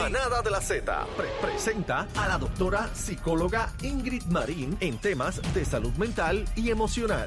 Manada de la Z pre- presenta a la doctora psicóloga Ingrid Marín en temas de salud mental y emocional.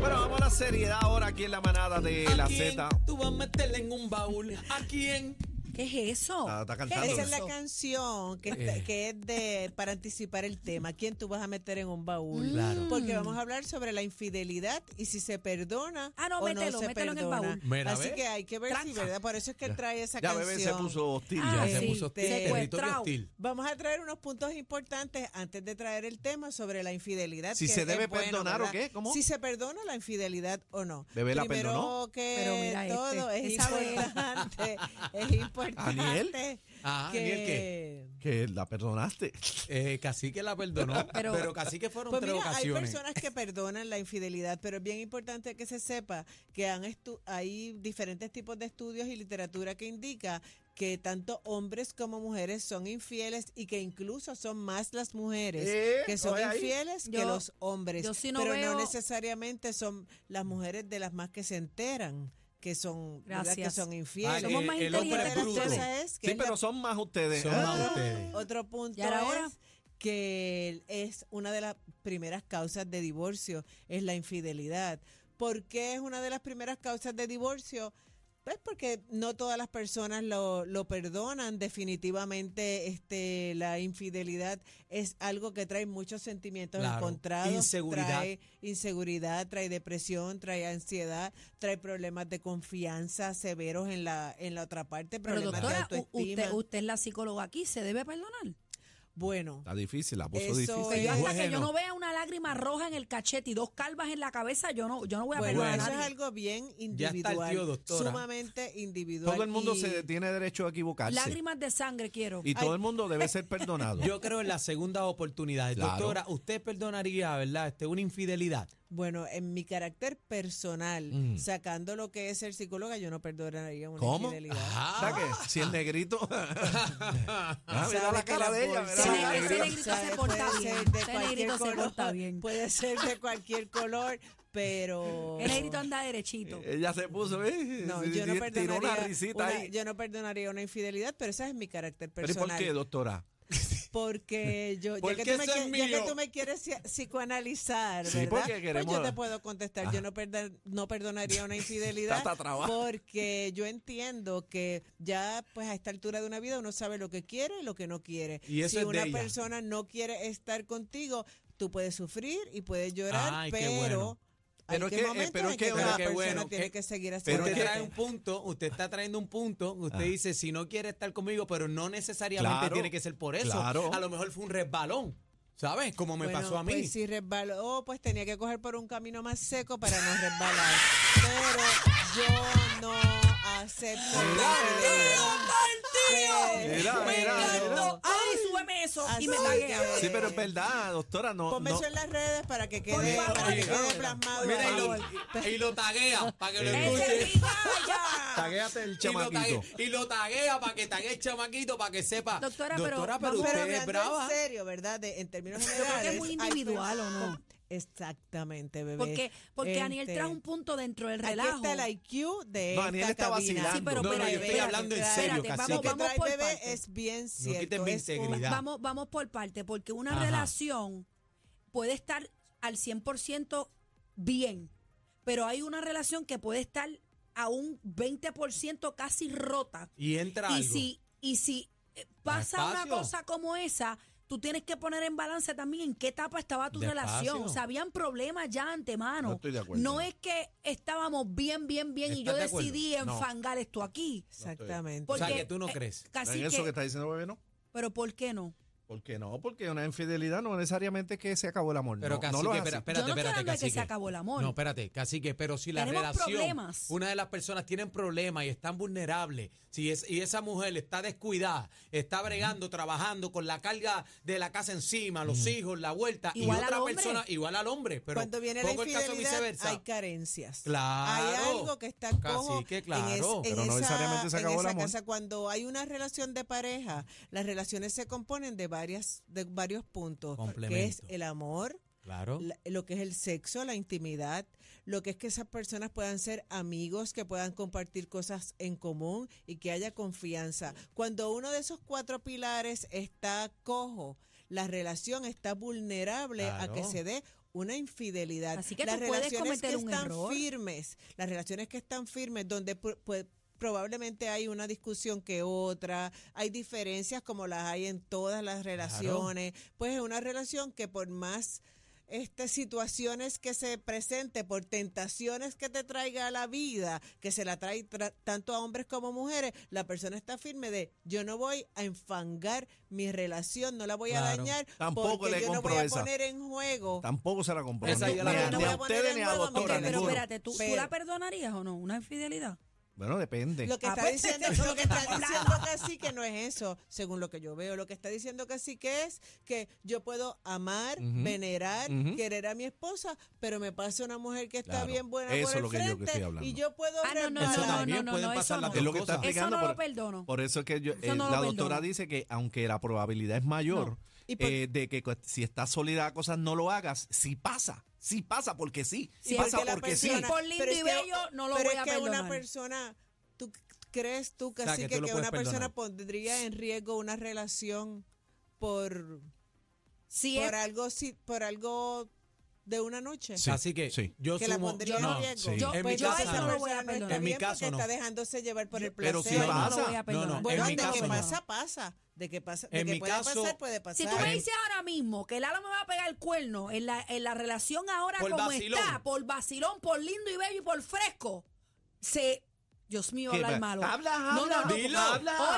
Bueno, vamos a la seriedad ahora aquí en la manada de la Z. Tú vas a meterle en un baúl. ¿A quién? ¿Qué es eso? Ah, está cantando. Esa es la eso? canción que, Eh. está- que es de para anticipar el tema. ¿Quién tú vas a meter en un baúl? Claro. Porque Mm. vamos a hablar sobre la infidelidad y si se perdona Ah, no, o mételo, no se mételo en el perdona. baúl. Mira, Así ¿ves? que hay que ver si, Tranza. ¿verdad? Por eso es que él trae esa Ya canción. bebé se puso hostil. Ah, ya. Ya sí, se puso hostil, te- territorio secuestrado. hostil. Vamos a traer unos puntos importantes antes de traer el tema sobre la infidelidad. Si que se es debe bueno, perdonar o ¿verdad? qué, ¿cómo? Si se perdona la infidelidad o no. Bebé la Primero perdonó. que Pero mira todo este, es Isabel. importante. es importante. Aniel. Ah, que- Aniel, ¿qué? Que la perdonaste. Eh, Cacique la perdonó, pero, Pero- Cacique fueron Pues tres mira, hay ocasiones. personas que perdonan la infidelidad, pero es bien importante que se sepa que han estu- hay diferentes tipos de estudios y literatura que indica que tanto hombres como mujeres son infieles y que incluso son más las mujeres Eh, que son oye ahí. infieles que Yo- los hombres. yo sí no pero veo- no necesariamente son las mujeres de las más que se enteran que son, ¿verdad? que Gracias. son infieles. Somos eh, más el hombre Otra es de las bruto. cosas es que Sí, es la- pero son más ustedes. Son Ah, más ustedes. otro punto ¿Y ahora, ahora? es que es una de las primeras causas de divorcio, es la infidelidad. ¿Por qué es una de las primeras causas de divorcio? Pues porque no todas las personas lo, lo perdonan definitivamente. Este, la infidelidad es algo que trae muchos sentimientos Claro, encontrados. inseguridad. Trae inseguridad, trae depresión, trae ansiedad, trae problemas de confianza severos en la, en la otra parte, Pero problemas de doctora, u- autoestima. usted, usted es la psicóloga aquí, ¿se debe perdonar? Bueno, Está difícil, la puso Eso difícil. es. Yo hasta que Bueno. yo no vea una lágrima roja en el cachete y dos calvas en la cabeza, yo no, yo no voy a Bueno, perdonar eso a es nadie. algo bien Ya está el individual, tío, doctora. sumamente individual. Todo el mundo y- se tiene derecho a equivocarse. Lágrimas de sangre quiero. Y todo el mundo debe ser perdonado. Yo creo en la segunda oportunidad. Claro. Doctora, usted perdonaría, ¿verdad? Este, una infidelidad. Bueno, en mi carácter personal, Mm. sacando lo que es ser psicóloga, yo no perdonaría una ¿Cómo? infidelidad. O sea que si el negrito. Ah, mira la Sabe que cara las de ella. bolsas- mira la Ese alegría. negrito Sabe, se porta puede bien, ser de ese cualquier negrito se color, porta bien. Puede ser de cualquier color, pero... El negrito anda derechito. Eh, Ella se puso, ¿eh? No, Sí, yo sí, Tiró no, una perdonaría risita una, ahí. yo no perdonaría una infidelidad, pero esa es mi carácter ¿Pero ¿y personal. por qué, doctora? Porque yo, ya, ¿Por qué que tú me, eso es quie- ya que mío? tú me quieres si- psicoanalizar, Sí, ¿verdad? porque Pues queremos- yo te puedo contestar, yo no, perdon- no perdonaría una infidelidad Tata trabaja. porque yo entiendo que ya pues a esta altura de una vida uno sabe lo que quiere y lo que no quiere. Y eso si es de una ella. persona no quiere estar contigo, tú puedes sufrir y puedes llorar, Ay, qué pero... bueno. hay Pero que es que- momentos pero es en que- cada pero qué persona bueno, tiene qué- que seguir hacia Pero usted adelante. trae un punto, usted está trayendo un punto, usted Ah. dice si no quiere estar conmigo, pero no necesariamente Claro, tiene que ser por eso. claro. A lo mejor fue un resbalón, ¿sabes? Como me Bueno, pasó a mí. Pues si resbaló, pues tenía que coger por un camino más seco para no resbalar. Pero yo no acepto. la infidelidad. Mira, Pero- Me mira, encantó. Ay, súbeme eso y me Así taguea. que- Sí, pero es verdad, doctora, no. Ponme no- eso en las redes para que quede, favor. para que Oye, quede ahora. plasmado. Mira, y ahí. lo, y lo taguea para que lo Eh. ¡Ese escuche. pitaya! Taguéate el Y lo, taguea, chamaquito. y lo taguea para que taguee el chamaquito para que sepa. Doctora, pero- pero, Pero usted es hablando brava. en serio, ¿verdad? De- en términos Yo creo que generales. es muy hay individual, ¿o no? personas- Exactamente, bebé. Porque, porque Aniel Este, trajo un punto dentro del Aquí relajo. está el IQ de No, esta Aniel está cabina. vacilando. Sí, pero no, no, espérate, yo estoy espérate, hablando en espérate, serio, vamos, Lo cacique. que vamos trae por bebé partes. es bien quiten cierto. mi es un- integridad. Vamos, vamos por parte, porque una Ajá. relación puede estar al 100% bien, pero hay una relación que puede estar a un 20% casi rota. Y entra Y algo. si, y si eh, pasa una Despacio. cosa como esa, tú tienes que poner en balance también en qué etapa estaba tu Despacio. relación. O sea, habían problemas ya antemano. No estoy de acuerdo. No es que estábamos bien, bien, bien y yo ¿Estás de acuerdo? decidí No. enfangar esto aquí. Exactamente. o sea, porque- que tú no eh, crees. Casi ¿En eso que está diciendo bebé, no? pero ¿por qué no? ¿Por qué no? Porque una infidelidad no necesariamente es que se acabó el amor. Pero no, casi no lo que, es así. espera, espérate, Yo no estoy espérate, hablando de que cacique. se acabó el amor. No, espérate, casi que, pero si la Tenemos relación, problemas. una de las personas tiene problemas y están vulnerables, si es, y esa mujer está descuidada, está bregando, trabajando con la carga de la casa encima, los hijos, la vuelta, Igual y al otra hombre. persona, igual al hombre, pero Cuando viene la pongo el caso infidelidad viceversa. hay carencias. Claro. Hay algo que está cojo Cacique, en es- claro. en, Pero no esa, necesariamente se en acabó el esa amor. casa. Cuando hay una relación de pareja, las relaciones se componen de varias de varios puntos, que es Complemento. el amor, Claro. la- lo que es el sexo, la intimidad, lo que es que esas personas puedan ser amigos, que puedan compartir cosas en común y que haya confianza. Cuando uno de esos cuatro pilares está cojo, la relación está vulnerable a que Claro. se dé una infidelidad. Así que las tú puedes relaciones cometer que un están error. firmes, las relaciones que están firmes, donde pu- pu- probablemente hay una discusión que otra, hay diferencias como las hay en todas las relaciones, pues es una relación que por más este, situaciones que se presente, por tentaciones que te traiga a la vida, que se la trae tra- tanto a hombres como mujeres, la persona está firme de yo no voy a enfangar mi relación, no la voy a Claro. dañar, Tampoco porque le yo no compro voy a esa. poner en juego. Tampoco se la compró. Esa ni, yo la ni a- ni compré. a No voy a poner ustedes en ni a la juego, Ok, Ahora, doctora. mi pero ninguno. espérate, ¿tú, tú Pero- la perdonarías o no? ¿Una infidelidad? Bueno, depende. Lo que Ah, está pues, diciendo, este lo que está chocolate. diciendo casi que no es eso, según lo que yo veo. Lo que está diciendo casi que es que yo puedo amar, Ujú. venerar, Ujú. querer a mi esposa, pero me pasa una mujer que está Claro. bien buena Eso por es el lo que yo que frente estoy hablando. y yo puedo Ah, no, no, reparar. Eso no, no, también no, pueden no, pasar eso las no. Es lo que dos está cosas. Eso explicando. no lo por- perdono. Por eso es que yo- Eso eh, no lo la perdono. doctora dice que aunque la probabilidad es mayor No. Y por- eh, de que cu- si estás sólida a cosas no lo hagas, si pasa, si pasa porque sí, Sí, Y pasa porque la porque sí. persona- Por lindo pero y es que- bello, no lo pero voy es a que una perdonar. persona, ¿tú crees tú sea, casi que que, tú lo que puedes una persona perdonar. pondría en riesgo una relación por Si es por algo si- por algo de una noche? Sí, Así que sí. yo que sumo, la pondría yo no, en riesgo. sí. Yo- en mi Pues yo casa a esa no lo voy a persona perdonar. está En mi bien caso porque no. está dejándose llevar por el placer. Pero si Yo no pasa. lo voy a No, no, perdonar. en Bueno, mi de caso que no. pasa, pasa. De que pasa, de En que mi puede caso- pasar, puede pasar. Si tú me dices ahora mismo que Lalo me va a pegar el cuerno en la, en la relación ahora Por como vacilón. está, por vacilón, por lindo y bello y por fresco, se. Dios mío, ¿Qué hablar va- malo. Habla, No, habla, no, no. dilo.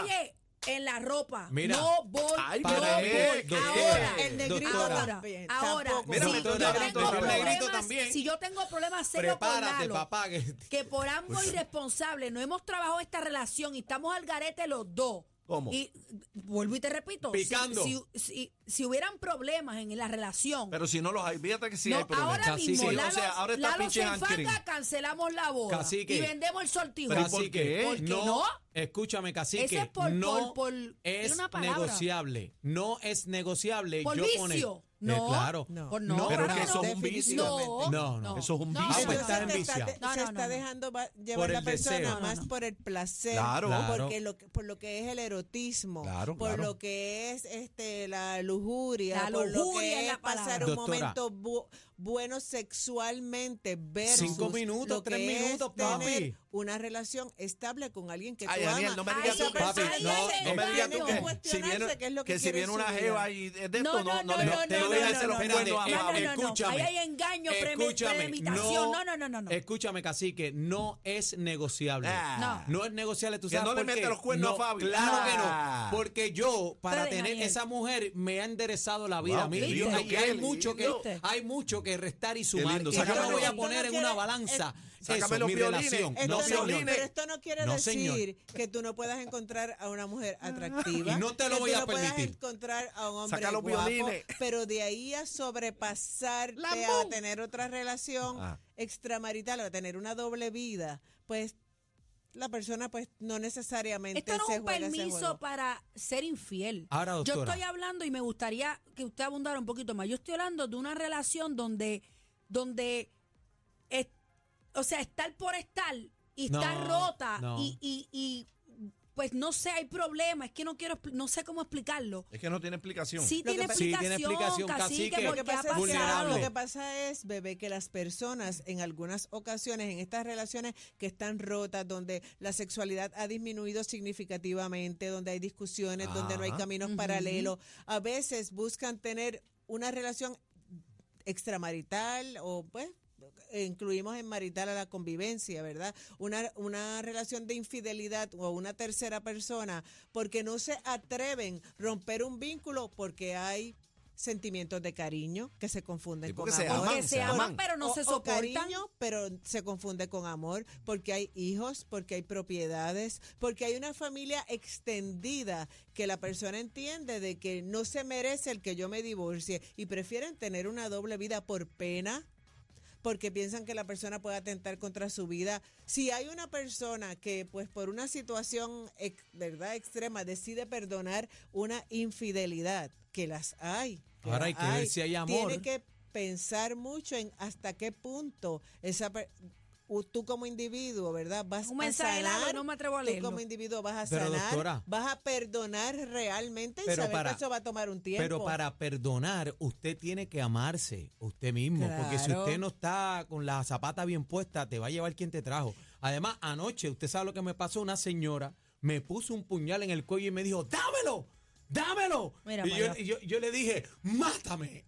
Oye, en la ropa. Mira. no voy. Ay, no pero voy. es- ahora. doctora, el negrito doctora. Ahora, también, ahora, tampoco. Mira, si, meto el yo negrito, tengo meto el negrito problemas- también. si yo tengo problemas serios con prepárate, Lalo, papá, que que por algo Pues irresponsable no hemos trabajado esta relación y estamos al garete los dos. ¿Cómo? Y vuelvo y te repito, si- Picando. Si, si- si hubieran problemas en la relación, Pero si no los hay, fíjate que sí no, hay problemas. ahora Cacique. mismo, Sí, Lalo, o sea, ahora está Lalo pinche se Hankerin. enfanga, cancelamos la boda Cacique. y vendemos el sortijo. Pero ¿y por Cacique, qué? ¿Por qué no? Escúchame, cacique. Ese es por- no por- por- tiene es una palabra. negociable. No es negociable. Por yo vicio. pone- No, Eh, claro. No. Por- no, Pero claro, que eso es un vicio. no, definitivamente. No, no, eso es un Ah, Entonces pues te está está- enviciado. No, te- se no, no, está no. desejando va- llevar el la persona deseo. más No, no. por el placer, Claro. Claro. porque lo que, por lo que es el erotismo, Claro, por claro. lo que es este la lujuria, La por lo lujuria que es es, la palabra. pasar un Doctora. momento bu- bueno sexualmente versus Cinco minutos, lo que tres es minutos, papi. tener una relación estable con alguien que Ay, tú Daniel, amas. no me digas Esa tú, papi, persona no, tiene no me digas tú que si cuestionarse viene, qué es lo que, que si quiere viene en una su vida. jeva y es de No, esto, no, no, le no, no, no, le no, dejes no, hacer los no, cuernos no, a No, no, mamá. no, no. Escúchame. Ahí hay engaño, preme- Escúchame. premeditación. No, no, no, no. no. Escúchame, cacique. No es negociable. Ah. No es negociable, tú Que sabes no le por qué? meta los cuernos No, a Fabi. Claro que Ah. no. Porque yo, para Ustedes, tener Daniel. esa mujer, me ha enderezado la vida. Wow, mi qué Dios, lindo, hay- qué hay, lindo. mucho que, ¿Viste? hay mucho que restar y lindo, sumar. que yo sácame no voy los- a poner en Yo no una quiero- balanza. Sácame eso, los mi violines. relación. Esto Esto No, no, señor. violines. pero esto no quiere No, decir señor. que tú no puedas encontrar a una mujer Ah. atractiva. Y no te lo que voy tú a no puedas permitir. encontrar a un hombre Saca los guapo, violines. pero de ahí a sobrepasarte a tener otra relación Ah. extramarital o a tener una doble vida, pues la persona pues no necesariamente Esto no se es un juega ese permiso juego. para ser infiel. Ahora, Yo doctora. estoy hablando y me gustaría que usted abundara un poquito más. Yo estoy hablando de una relación donde, donde es- o sea, estar por estar y No, estar rota no. y, y- y, pues no sé, hay problemas, es que no quiero, expli- no sé cómo explicarlo. Es que no tiene explicación. Sí, Lo que tiene pa- Sí, explicación, tiene explicación, cacique, cacique. Lo que, porque ha pasa es que, pasado. vulnerable. lo que pasa es, bebé, que las personas en algunas ocasiones, en estas relaciones que están rotas, donde la sexualidad ha disminuido significativamente, donde hay discusiones, donde no hay Ajá. caminos Ujú. paralelos, a veces buscan tener una relación extramarital o pues incluimos en marital a la convivencia, ¿verdad? Una, una relación de infidelidad o una tercera persona, porque no se atreven a romper un vínculo porque hay sentimientos de cariño que se confunden Sí, con porque se amor. Porque aman, se aman, pero no O- se o soportan. Oh, cariño, pero se confunde con amor, porque hay hijos, porque hay propiedades, porque hay una familia extendida que la persona entiende de que no se merece el que yo me divorcie y prefieren tener una doble vida por pena, porque piensan que la persona puede atentar contra su vida. Si hay una persona que, pues, por una situación, ex- ¿verdad?, extrema, decide perdonar una infidelidad, que las hay. Ahora las hay que ver si hay amor. Tiene que pensar mucho en hasta qué punto esa per- u- tú como individuo, ¿verdad? Vas Un a mensaje largo, sanar, no me atrevo a tú leerlo. como individuo vas a Pero, sanar, doctora. vas a perdonar realmente y Pero saber para- que eso va a tomar un tiempo. Pero para perdonar, usted tiene que amarse usted mismo, porque si Claro. usted no está con la zapata bien puesta, te va a llevar quien te trajo. Además, anoche, usted sabe lo que me pasó, una señora me puso un puñal en el cuello y me dijo, dámelo, dámelo. Mira y para yo, allá. y yo- yo le dije, mátame.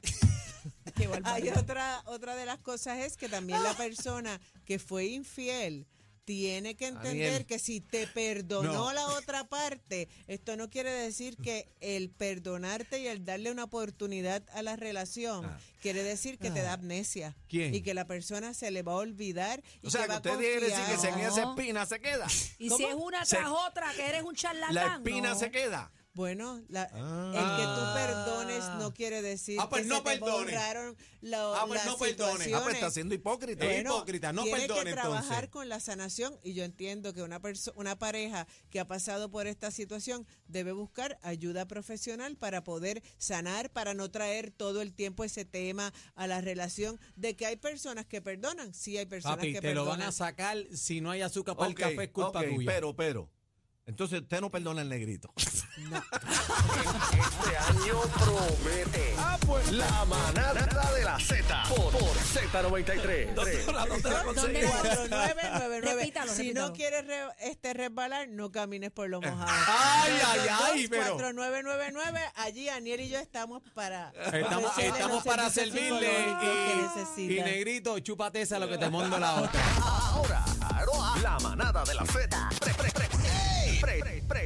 Qué Hay barbaridad. otra, otra de las cosas es que también la persona que fue infiel tiene que entender Daniel. que si te perdonó No. la otra parte, esto no quiere decir que el perdonarte y el darle una oportunidad a la relación Ah. quiere decir que te da amnesia ¿Quién? y que la persona se le va a olvidar y O sea, que que va usted a quiere decir que confiar. se en esa No. espina se queda. Y si es una Se- tras otra, que eres un charlatán. La espina no. se queda. pues Bueno, la- Ah. el que tú perdones no quiere decir Ah, pues que no se te perdone. borraron lo- Ah, pues las no Ah, perdone. pues está situaciones. siendo hipócrita. Es hipócrita, no tiene perdone, que trabajar entonces. con la sanación y yo entiendo que una perso- una pareja que ha pasado por esta situación debe buscar ayuda profesional para poder sanar, para no traer todo el tiempo ese tema a la relación de que hay personas que perdonan, sí hay personas Papi, que te lo van perdonan. a sacar si no hay azúcar para Ok, el café, es culpa ok, tuya. Pero, pero. Entonces usted no perdona el negrito. Este año promete. Ah, pues. La manada de la Z por, por Z93. Doctora, ¿dónde la ¿Dónde conseguí? la- 4999. Repítalo, si repítalo. no quieres re- este resbalar, no camines por lo mojado. Ay, ay, ay, pero- 4999, allí Aniel y yo estamos para Estamos, ofrecerle estamos los para servicios servirle psicológicos que y, y necesitan. negrito, chúpate esa lo que te mando la otra. Ahora, la manada de la Z. Pre- pre- pre- pre- pre- pre-